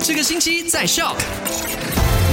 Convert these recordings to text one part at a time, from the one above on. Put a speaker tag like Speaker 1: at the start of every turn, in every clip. Speaker 1: 这个星期在 Shock。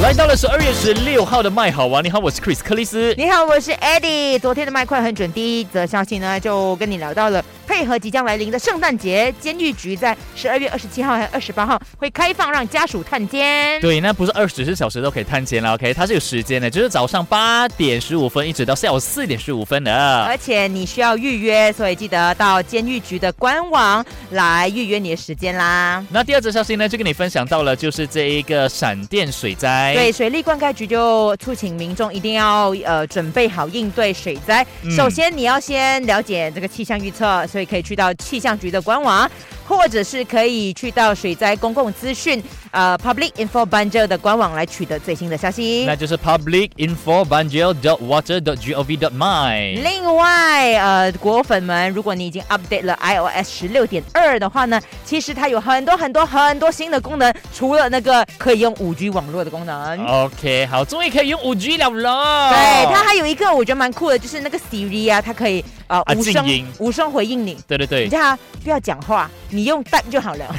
Speaker 2: 来到了十二月十六号的麦好玩，你好，我是 Chris 克里斯。
Speaker 3: 你好，我是 Eddie。昨天的麦快很准，第一则消息呢，就跟你聊到了配合即将来临的圣诞节，监狱局在十二月二十七号还有二十八号会开放让家属探监。
Speaker 2: 对，那不是二十四小时都可以探监了，OK？它是有时间的，就是早上八点十五分一直到下午四点十五分的。
Speaker 3: 而且你需要预约，所以记得到监狱局的官网来预约你的时间啦。
Speaker 2: 那第二则消息呢，就跟你分享到了，就是这一个闪电水灾。
Speaker 3: 对，水利灌溉局就促请民众一定要呃准备好应对水灾。
Speaker 2: 嗯
Speaker 3: 首先，你要先了解这个气象预测，所以可以去到气象局的官网，或者是可以去到水灾公共资讯呃 Public Info b u n g e 的官网来取得最新的消息
Speaker 2: 那。就是 public info b a n j e l dot water dot gov dot my。
Speaker 3: 另外，呃，果粉们，如果你已经 update 了 iOS 十六点二的话呢，其实它有很多很多很多新的功能，除了那个可以用五 G 网络的功能。
Speaker 2: OK，好，终于可以用五 G 了咯。
Speaker 3: 对，它还有一个我觉得蛮酷的，就是那个 Siri 啊，它可以呃
Speaker 2: 啊
Speaker 3: 无声、
Speaker 2: 静音
Speaker 3: 无声回应你。
Speaker 2: 对对
Speaker 3: 你
Speaker 2: 对，
Speaker 3: 叫它不要讲话，你用蛋就好 了。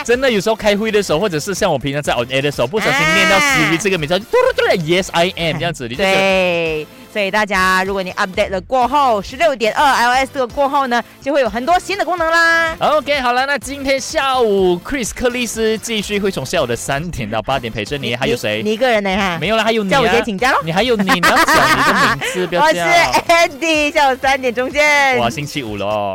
Speaker 2: 真的有时候开会的时候，或者是像我平常在 on air 的时候，不小心念到
Speaker 3: 啊
Speaker 2: Siri 这个名字，嘟嘟嘟嘟，Yes I am 这样子，你就觉得
Speaker 3: 对，所以大家如果你 update 了过后，十六点二 iOS 这个过后呢，就会有很多新的功能啦。
Speaker 2: OK，好了，那今天下午 Chris 克里斯继续会从下午的三点到八点陪着你，还有谁
Speaker 3: 你？你一个人呢？哈，
Speaker 2: 没有了，还有你、
Speaker 3: 叫
Speaker 2: 啊。
Speaker 3: 我姐请假咯。
Speaker 2: 你还有你，你要讲你的名字，不
Speaker 3: 我
Speaker 2: 要
Speaker 3: 是
Speaker 2: 这样。
Speaker 3: Andy，下午三点中间。
Speaker 2: 哇，星期五了哦。